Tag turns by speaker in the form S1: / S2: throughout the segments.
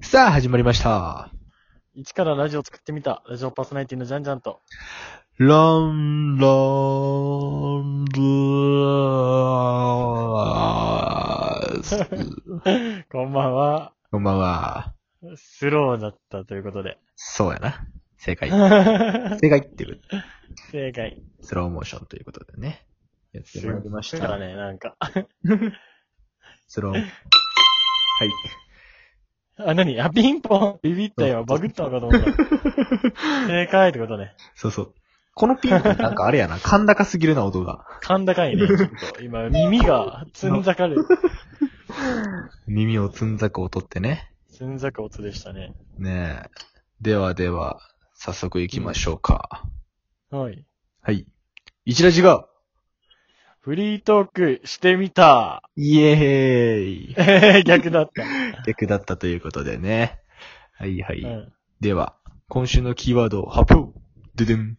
S1: さあ、始まりました。
S2: 一からラジオ作ってみた、ラジオパーソナリティのジャンジャンと。
S1: ラン、ラン、ラース。
S2: こんばんは。
S1: こんばんは。
S2: スローだったということで。
S1: そうやな。正解。
S2: 正
S1: 正解っていう、
S2: 解。
S1: スローモーションということでね。やってまいりまし
S2: だか
S1: た。
S2: らね、なんか。
S1: スロー。はい。
S2: あ、なに あ、ピンポンビビった
S1: そう
S2: よ。バグったのかと思った。正解ってことね。
S1: そうそう。このピンクなんかあれやな。甲高すぎるな、音が。
S2: 甲高いね、ちょっと。今、耳がつんざかる。
S1: 耳をつんざく音ってね。
S2: つんざく音でしたね。
S1: ねえ。ではでは、早速行きましょうか。
S2: はい。
S1: はい。一ラジが、
S2: フリートークしてみた。
S1: イエーイ
S2: えー、逆だった。
S1: 逆だったということでね。はいは
S2: う
S1: い。
S2: ん。
S1: では、今週のキーワードを発表ででん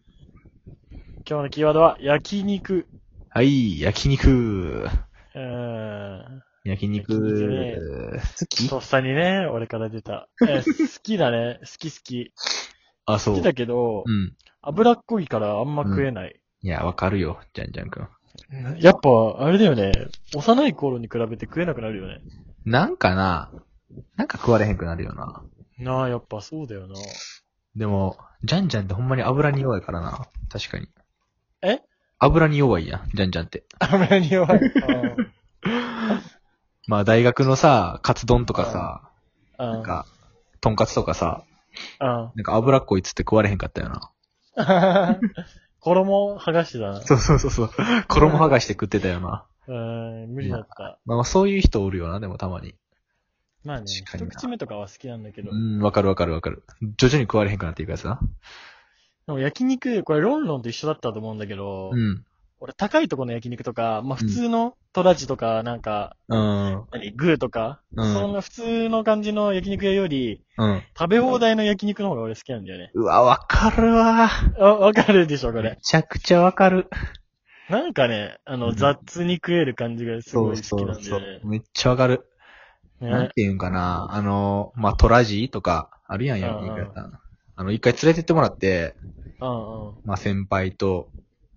S2: 今日のキーワードは、焼肉。
S1: はい、焼肉
S2: うーん。
S1: 焼
S2: 焼
S1: 肉、
S2: 肉ね
S1: 好き
S2: とっさにね、俺から 出た。え好きだね。好き好き。
S1: あ、そ
S2: 好
S1: う
S2: き。だけど、
S1: うん。
S2: 脂っこいからあんま食えない。
S1: いや、わかるよ、じゃんじゃんくん。
S2: やっぱ、あれだよね。幼い頃に比べて食えなくなるよね。
S1: なんかな、なんか食われへんくなるよな。
S2: なあ、やっぱそうだよな。
S1: でも、じゃんじゃんってほんまに油に弱いからな。確かに。
S2: え
S1: 油に弱いやん、じゃんじゃんって。
S2: 脂に弱い。
S1: まあ、大学のさ、カツ丼とかさ、
S2: うん。
S1: なんか、とんかつとかさ、
S2: うん。
S1: なんか油っこいっつって食われへんかったよな。
S2: 衣剥がしてたな。
S1: そうそうそうそう。衣剥がして食ってたよな。
S2: うん、無理だった。
S1: まあまあそういう人おるよな、でもたまに。
S2: まあね、
S1: 確かに
S2: 一
S1: な
S2: 口目とかは好きなんだけど。
S1: う
S2: で
S1: ん、わかるわかるわかる。徐々に食われへんくなっていくやつな。
S2: も焼肉、これロンロンと一緒だったと思うんだけど、
S1: うん。
S2: 俺高いとこの焼肉とか、まあ普通のトラジとか、なんか、
S1: うん。
S2: 何グーとか、
S1: うん
S2: そんな普通の感じの焼肉屋より、
S1: うん。
S2: 食べ放題の焼肉の方が俺好きなんだよね。
S1: うわ、わかるわ。
S2: あ、わかるでしょ、こ
S1: め
S2: れ。
S1: ちゃくちゃわかる。
S2: なんかね、あ
S1: う
S2: の、
S1: ん
S2: 雑に食える感じがすごい好きなんだよね。
S1: めっちゃわかる。なん
S2: ね
S1: ていうんかな。あの、まあ、トラジーとか、あるやん、や
S2: うんうん
S1: んか。あの、一回連れてってもらって、
S2: うんうん。
S1: まあ、先輩と、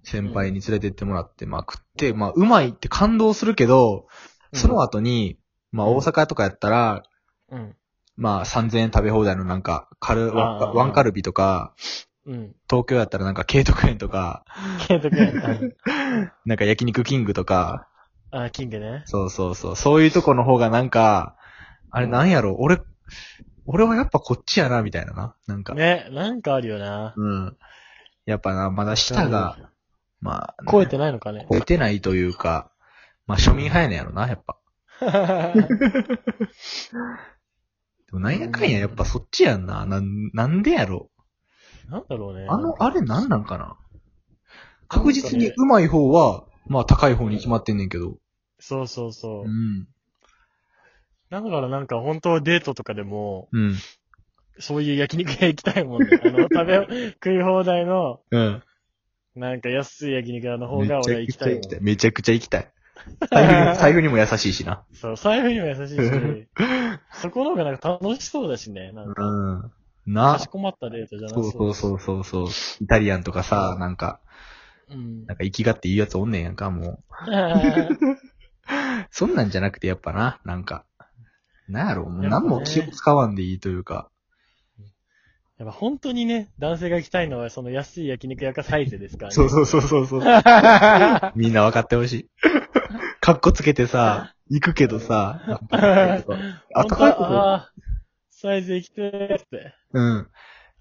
S1: 先輩に連れてってもらって、まあ、食って、まあ、うまいって感動するけど、その後に、まあ、大阪とかやったら、
S2: うん。
S1: まあ、3000円食べ放題のなんか、カル、ワンカ
S2: あー
S1: ワンカルビとか、
S2: うん。
S1: 東京だったらなんか、慶徳園とか、
S2: ケイト君。うん
S1: なんか焼肉キングとか、
S2: あ、キングね。
S1: そうそうそう、そういうとこの方がなんか、あれなんやろ、俺、俺はやっぱこっちやな、みたいなな。なんか、
S2: ね、なんかあるよな。
S1: うん。やっぱな、まだ舌が、まあ、
S2: 超えてないのかね。
S1: 超えてないというか、まあ、庶民派やねんやろな、やっぱ。でもなんやかんや、やっぱそっちやんな。なん、なんでやろ。
S2: なんだろうね。
S1: あの、あれなんなんかな確実にうまい方は、まあ高い方に決まってんねんけど。
S2: そうそうそうう。
S1: ん。
S2: だからなんか本当デートとかでも、
S1: うん。
S2: そういう焼肉屋行きたいもんね。あの、食べ、食い放題の、
S1: うん。
S2: なんか安い焼肉屋の方
S1: めち
S2: が
S1: ゃ
S2: 俺は行
S1: く
S2: き
S1: ち
S2: た
S1: ゃ
S2: い
S1: 行
S2: も
S1: き
S2: ん。
S1: たい。めちゃくちゃ行き たい。財布にも財布にも優しいしな。
S2: そう、財布にも優しい し、そこの方がなんか楽しそうだしね。なんか、
S1: うん。
S2: か
S1: な
S2: し。こまったデートじゃな
S1: そうそうそうそうそう。イタリアンとかさ、なんか、
S2: う。うん
S1: な。んか生きがっていいやつおんねんやんか、もう。そんなんじゃなくてやっぱな、なんか。なんやろ、もう
S2: やっぱ
S1: 何
S2: ね
S1: も気を使わんでいいというか。
S2: やっぱ本当にね、男性が行きたいのはその安い焼肉屋かサイズですからね。
S1: そうそうそうそうそう。
S2: う。
S1: みんな分かってほしい。かっこつけてさ、行くけど さ、あ高いとこ、
S2: あーサイズ行きてーって。
S1: うん。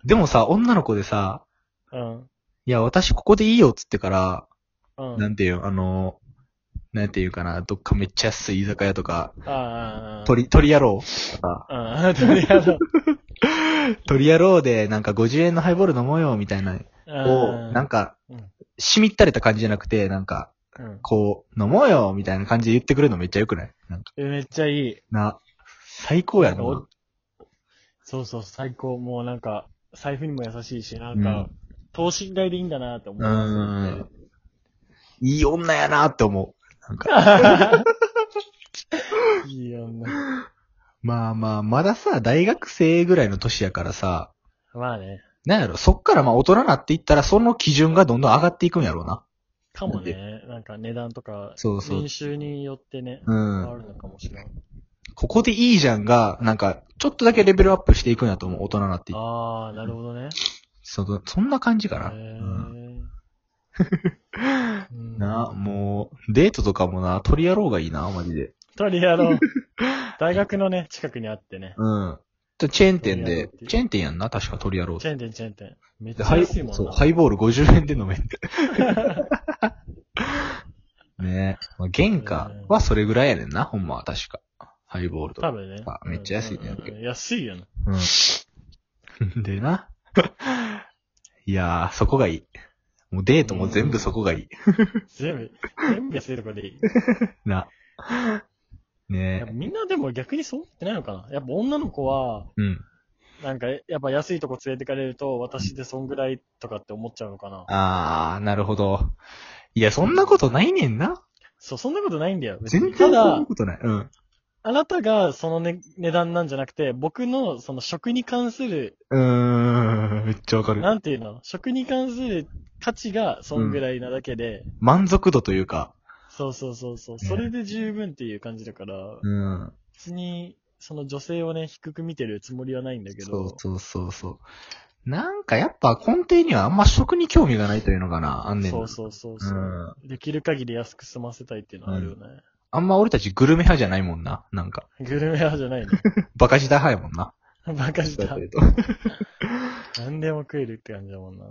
S1: でもさ、女の子でさ、
S2: うん。
S1: いや、私ここでいいよっつってから、
S2: うん。
S1: なんていう、あの、なんていうかな、どっかめっちゃ安い居酒屋とか、
S2: あーあー。
S1: 鳥、鳥野郎とか、
S2: あーあー、鳥屋の。
S1: 鳥野郎でなんか50円のハイボール飲もうよみたいな
S2: う
S1: を、
S2: ん
S1: なんか
S2: うん、
S1: しみったれた感じじゃなくて、なんか、
S2: うん
S1: こう、飲もうよみたいな感じで言ってくれるのめっちゃ良くないなんか、
S2: えめっちゃいい。
S1: な、最高や
S2: なん
S1: な
S2: か。おそうそう、最高。もうなんか、財布にも優しいし、なん
S1: う
S2: か、等身大でいいんだなって思
S1: う
S2: ますよ
S1: ん
S2: ね。。
S1: いい女やなって思う。なんか、
S2: いいよな。
S1: まあまあ、まださ、大学生ぐらいの年やからさ、
S2: まあね。
S1: なんやろ、そっからまあ大人なっていったら、その基準がどんどん上がっていくんやろうな。
S2: かもね。なんか値段とか、
S1: そうそう
S2: 年。収によってね、
S1: う
S2: 変
S1: ん
S2: わ。るのかもしれない。
S1: ここでいいじゃんが、なんか、ちょっとだけレベルアップしていくんやと思う、大人なっていっ
S2: ああ、なるほどね。
S1: そのそんな感じかな。
S2: へえ
S1: うん
S2: うん
S1: な、もう、デートとかもな、取りやろうがいいな、マジで。
S2: とりあえ ず、大学のね、近くにあってね。
S1: うん。ちょチェーン店
S2: 取りや
S1: で
S2: ろうってい、う
S1: チェーン店やんな、確か取りやろうって
S2: チェーン店、チェーン店。めっち
S1: で
S2: ゃ
S1: ハイ
S2: 安いもんな。
S1: そうハイボール50円で 飲めって。ねえ。まあ、原価はそれぐらいやねんな、ほんまは確か。ハイボールと
S2: 多
S1: か。
S2: 分ね
S1: あ。めっちゃ安いね
S2: うんうんうん安いよな。
S1: うん。 でな。いやー、そこがいい。もうデートも全部そこがいい。
S2: 全部、全部安いとこでいい。
S1: な。
S2: や
S1: ね
S2: っぱ
S1: え。
S2: みんなでも逆にそう思ってないのかな。やっぱ女の子は、
S1: うん。
S2: なんか、やっぱ安いとこ連れてかれると、私でそんぐらいとかって思っちゃうのかな。
S1: あー、なるほど。いや、そんなことないねんな。
S2: そう、そんなことないんだよ。別
S1: 全
S2: に
S1: 然
S2: た
S1: そんな
S2: だ、
S1: ことない。うん。
S2: あなたがその、ね、値段なんじゃなくて、僕のその食に関する、
S1: うーん、めっちゃわかる。
S2: なんていうの食に関する価値がそんぐらいなだけで、
S1: 満足度というか。
S2: そうそうそうそう、
S1: ね
S2: それで十分っていう感じだから、
S1: うん。
S2: 別に、その女性をね、低く見てるつもりはないんだけ
S1: そう
S2: ど、
S1: そうそうそう。なんかやっぱ根底にはあんま食に興味がないというのかな、あんねんな。
S2: そうそうそうそう、
S1: う
S2: できる限り安く済ませたいっていうのはあるよね。
S1: あんま俺たちグルメ派じゃないもんな。なんか。
S2: グルメ派じゃないね。
S1: バカ舌派やもんな。
S2: バカし
S1: どっちか
S2: た
S1: とい。うと
S2: 何でも食えるって感じだもんな。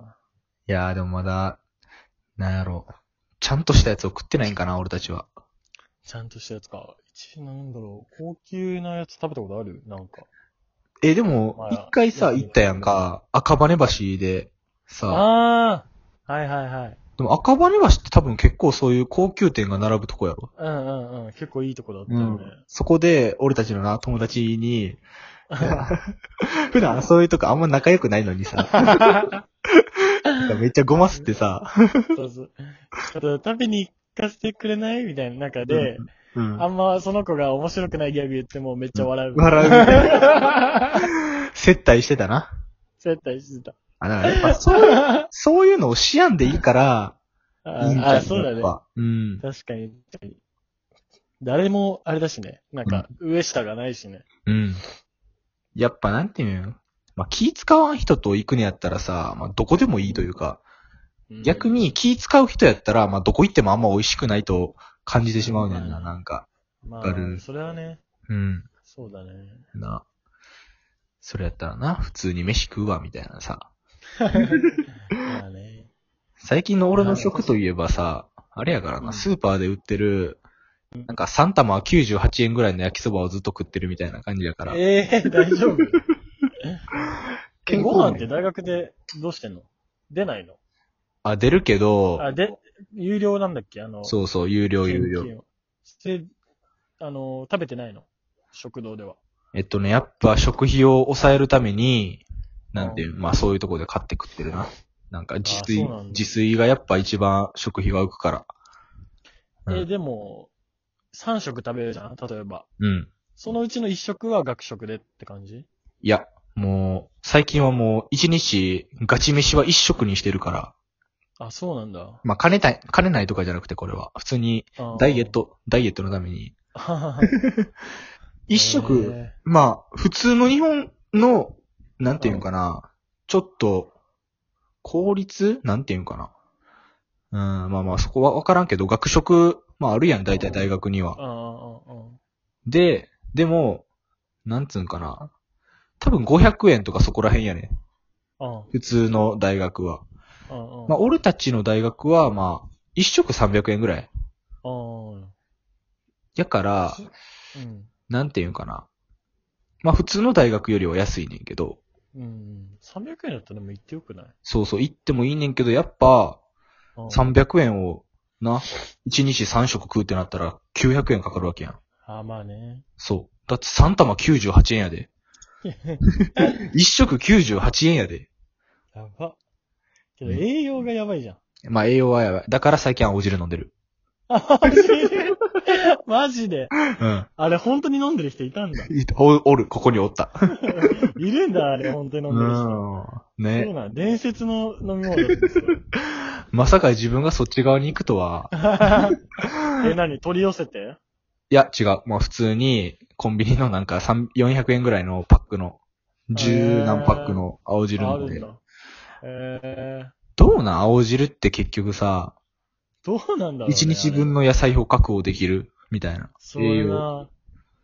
S1: いやーでもまだ、なんやろちゃんとしたやつを食ってないんかな、俺たちは。
S2: ちゃんとしたやつか。一、なんだろう。高級なやつ食べたことあるなんか。
S1: え、でも
S2: ま、あ
S1: 一回さ、行ったやんか、赤羽橋で、さ、
S2: ああはいはいはい。
S1: でも赤羽橋って多分結構そういう高級店が並ぶとこやろ。
S2: うんうんうん。結構いいとこだったよね。
S1: そこで、俺たちのな、友達に、普段そういうとこあんま仲良くないのにさ、 めっちゃごますってさ、
S2: そうそう。ちょっと食べに行かせてくれないみたいな中で、
S1: うん
S2: あんまその子が面白くないギャグ言ってもめっちゃ笑う。
S1: 笑うみたいな。接待してたな。
S2: 絶対して た。
S1: あ、だからやっぱそう、そういうのをしやんでいいから、いいん
S2: あ
S1: だよ
S2: あ、そうだ
S1: や
S2: ね
S1: っ。ぱうん。
S2: 確かに、確かに。誰も、あれだしね。なんか、上下がないしね。
S1: うん。やっぱなんていうんよまあ、気使わん人と行くのやったらさ、まあ、どこでもいいというか、逆に気使う人やったら、まあ、どこ行ってもあんま美味しくないと感じてしまうねんな、
S2: うん
S1: なんか。
S2: うん、ま
S1: わかる
S2: あ、それはね、
S1: うん。
S2: そ うだね。
S1: な。それやったらな、普通に飯食うわ、みたいなさ。
S2: まあね。
S1: 最近の俺の食といえばさ、あれやから
S2: う
S1: な、
S2: ん
S1: スーパーで売ってる、なんか3玉98円ぐらいの焼きそばをずっと食ってるみたいな感じやから。
S2: ええ大丈夫え
S1: 健康
S2: ご
S1: 面
S2: 飯って大学でどうしてんの出ないの
S1: あ、出るけど、
S2: あ、で、有料なんだっけあの、う、
S1: そうそう、有料有料。
S2: で、あの、食べてないの食堂では。
S1: えっとね、やっぱ食費を抑えるために、なんていう、まあそういうとこで買って食ってるな。なんか自炊
S2: あそうなんだ、
S1: 自炊がやっぱ一番食費が浮くから。うん
S2: え、でも、3食食べるじゃん例えば。
S1: うん。
S2: そのうちの1食は学食でって感じ
S1: いや、もう、最近はもう、一日、ガチ飯は一食にしてるから。
S2: あ、そうなんだ。
S1: まあ、金ない、金ないとかじゃなくてこれは。普通に、
S2: あー
S1: ダイエ ッ。ト、ダイエットのために。一食、
S2: え
S1: まあ、普通の日本の、なんていうのかな、ちょっと、効率なんていうのかな。うん、まあまあ、そこはわからんけど、学食、まああるやん、大体大学に
S2: ー。
S1: は。
S2: ああ、ああ、
S1: で、でも、なんつうんかな。多分500円とかそこら辺やね。
S2: ああ、
S1: 普通の大学は。
S2: ああ。
S1: まあ、俺たちの大学は、まあ、一食300円ぐらい。
S2: あー
S1: やから、
S2: うん。
S1: なんていうんかな。まあ、普通の大学よりは安いねんけど、
S2: うん。300円だったらでも行ってよくない
S1: そうそう、行ってもいいねんけど、やっぱ、
S2: うん
S1: 300円を、な、1日3食食うってなったら、900円かかるわけやん。
S2: あ、まあね。
S1: そう。だって3玉98円や で。1食98円やで。
S2: やば。けど栄養がやばいじゃん。
S1: まあ、栄養はやばい。だから最近は青汁飲んでる。
S2: あマジでマジで。
S1: うん。
S2: あれ、本当に飲んでる人いたんだ。
S1: いおおる、ここにおった。
S2: いるんだ、あれ、本当に飲んでる
S1: う
S2: 人。
S1: ん。
S2: そう
S1: ね。
S2: なん、伝説の 飲み物だったんですよ。
S1: まさか自分がそっち側に行くとは。
S2: え、何取り寄せて
S1: いや、違う。まあ普通に、コンビニのなんか3 400円ぐらいのパックの、十何パックの青汁
S2: あ
S1: 飲ん
S2: るん
S1: で。
S2: だ。えー、
S1: どうなん青汁って結局さ、
S2: どうなんだろう、ね。
S1: 一日分
S2: あれ。
S1: の野菜を確保できるみたいな。
S2: そうやな。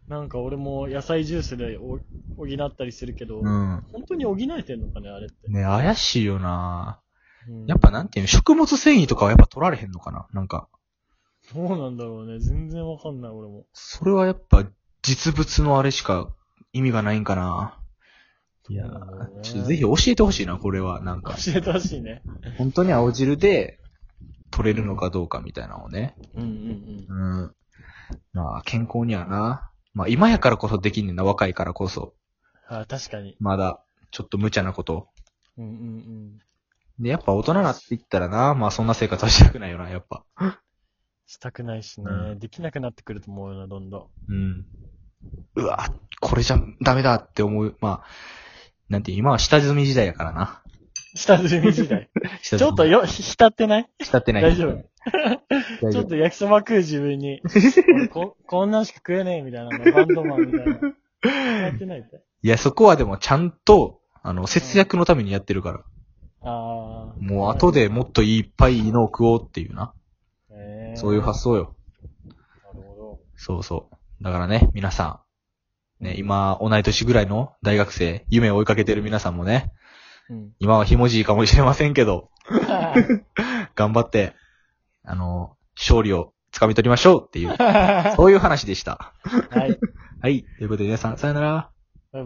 S2: なんか俺も野菜ジュースでお補ったりするけど、
S1: うん。
S2: 本当に補えてんのかね、あれって。
S1: ね、怪しいよな
S2: うん
S1: やっぱなんていうの、食物繊維とかはやっぱ取られへんのかななんか。
S2: どうなんだろうね。全然わかんない、俺も。
S1: それはやっぱ実物のあれしか意味がないんかないや
S2: そうなんだよ
S1: ー
S2: ね
S1: ちょっとぜひ教えてほしいな、これは。なんか、
S2: 教えてほしいね。
S1: 本当に青汁で取れるのかどうかみたいなのをね。
S2: うんう
S1: う
S2: ん
S1: ん。まあ、健康にはな。まあ、今やからこそできんねんな、若いからこそ。
S2: うん。あ、確かに。
S1: まだ、ちょっと無茶なこと。
S2: うんうんうん。
S1: で、やっぱ大人になっていったらな、まあそんな生活はしたくないよな、やっぱ。
S2: したくないしね。
S1: う
S2: できなくなってくると思うよな、どんど
S1: うん。うわ、これじゃダメだって思う。まあ、なんていう、今は下積み時代やからな。
S2: ん。下積み時代。
S1: 下
S2: ち
S1: 積み
S2: ょっとよ、ひ浸ってない
S1: 浸ってない。
S2: 大丈夫
S1: 大
S2: ち
S1: 丈
S2: ょ
S1: 夫。
S2: っと焼きそば食う自 分に、俺こ、こんなんしか食えねえみたいなの、バンドマンみたい な。やってないって。
S1: いや、そこはでもちゃんと、あの、節約のためにやってるから。
S2: ああ。
S1: もう後でもっといっぱいいいのを食おうっていうな。
S2: えー、
S1: そういう発想よ。
S2: 想。なるほ
S1: そうそう。だからね、皆さん。ね、今、同い年ぐらいの大学生、夢を追いかけてる皆さんもね、
S2: ど。うん。
S1: 今はひもじいかもしれませんけど、頑張って、あの、勝利を掴み取りましょうっていう、
S2: は
S1: そういう話でした。
S2: い。
S1: はい。ということで皆さん、さよなら。
S2: バイバイ。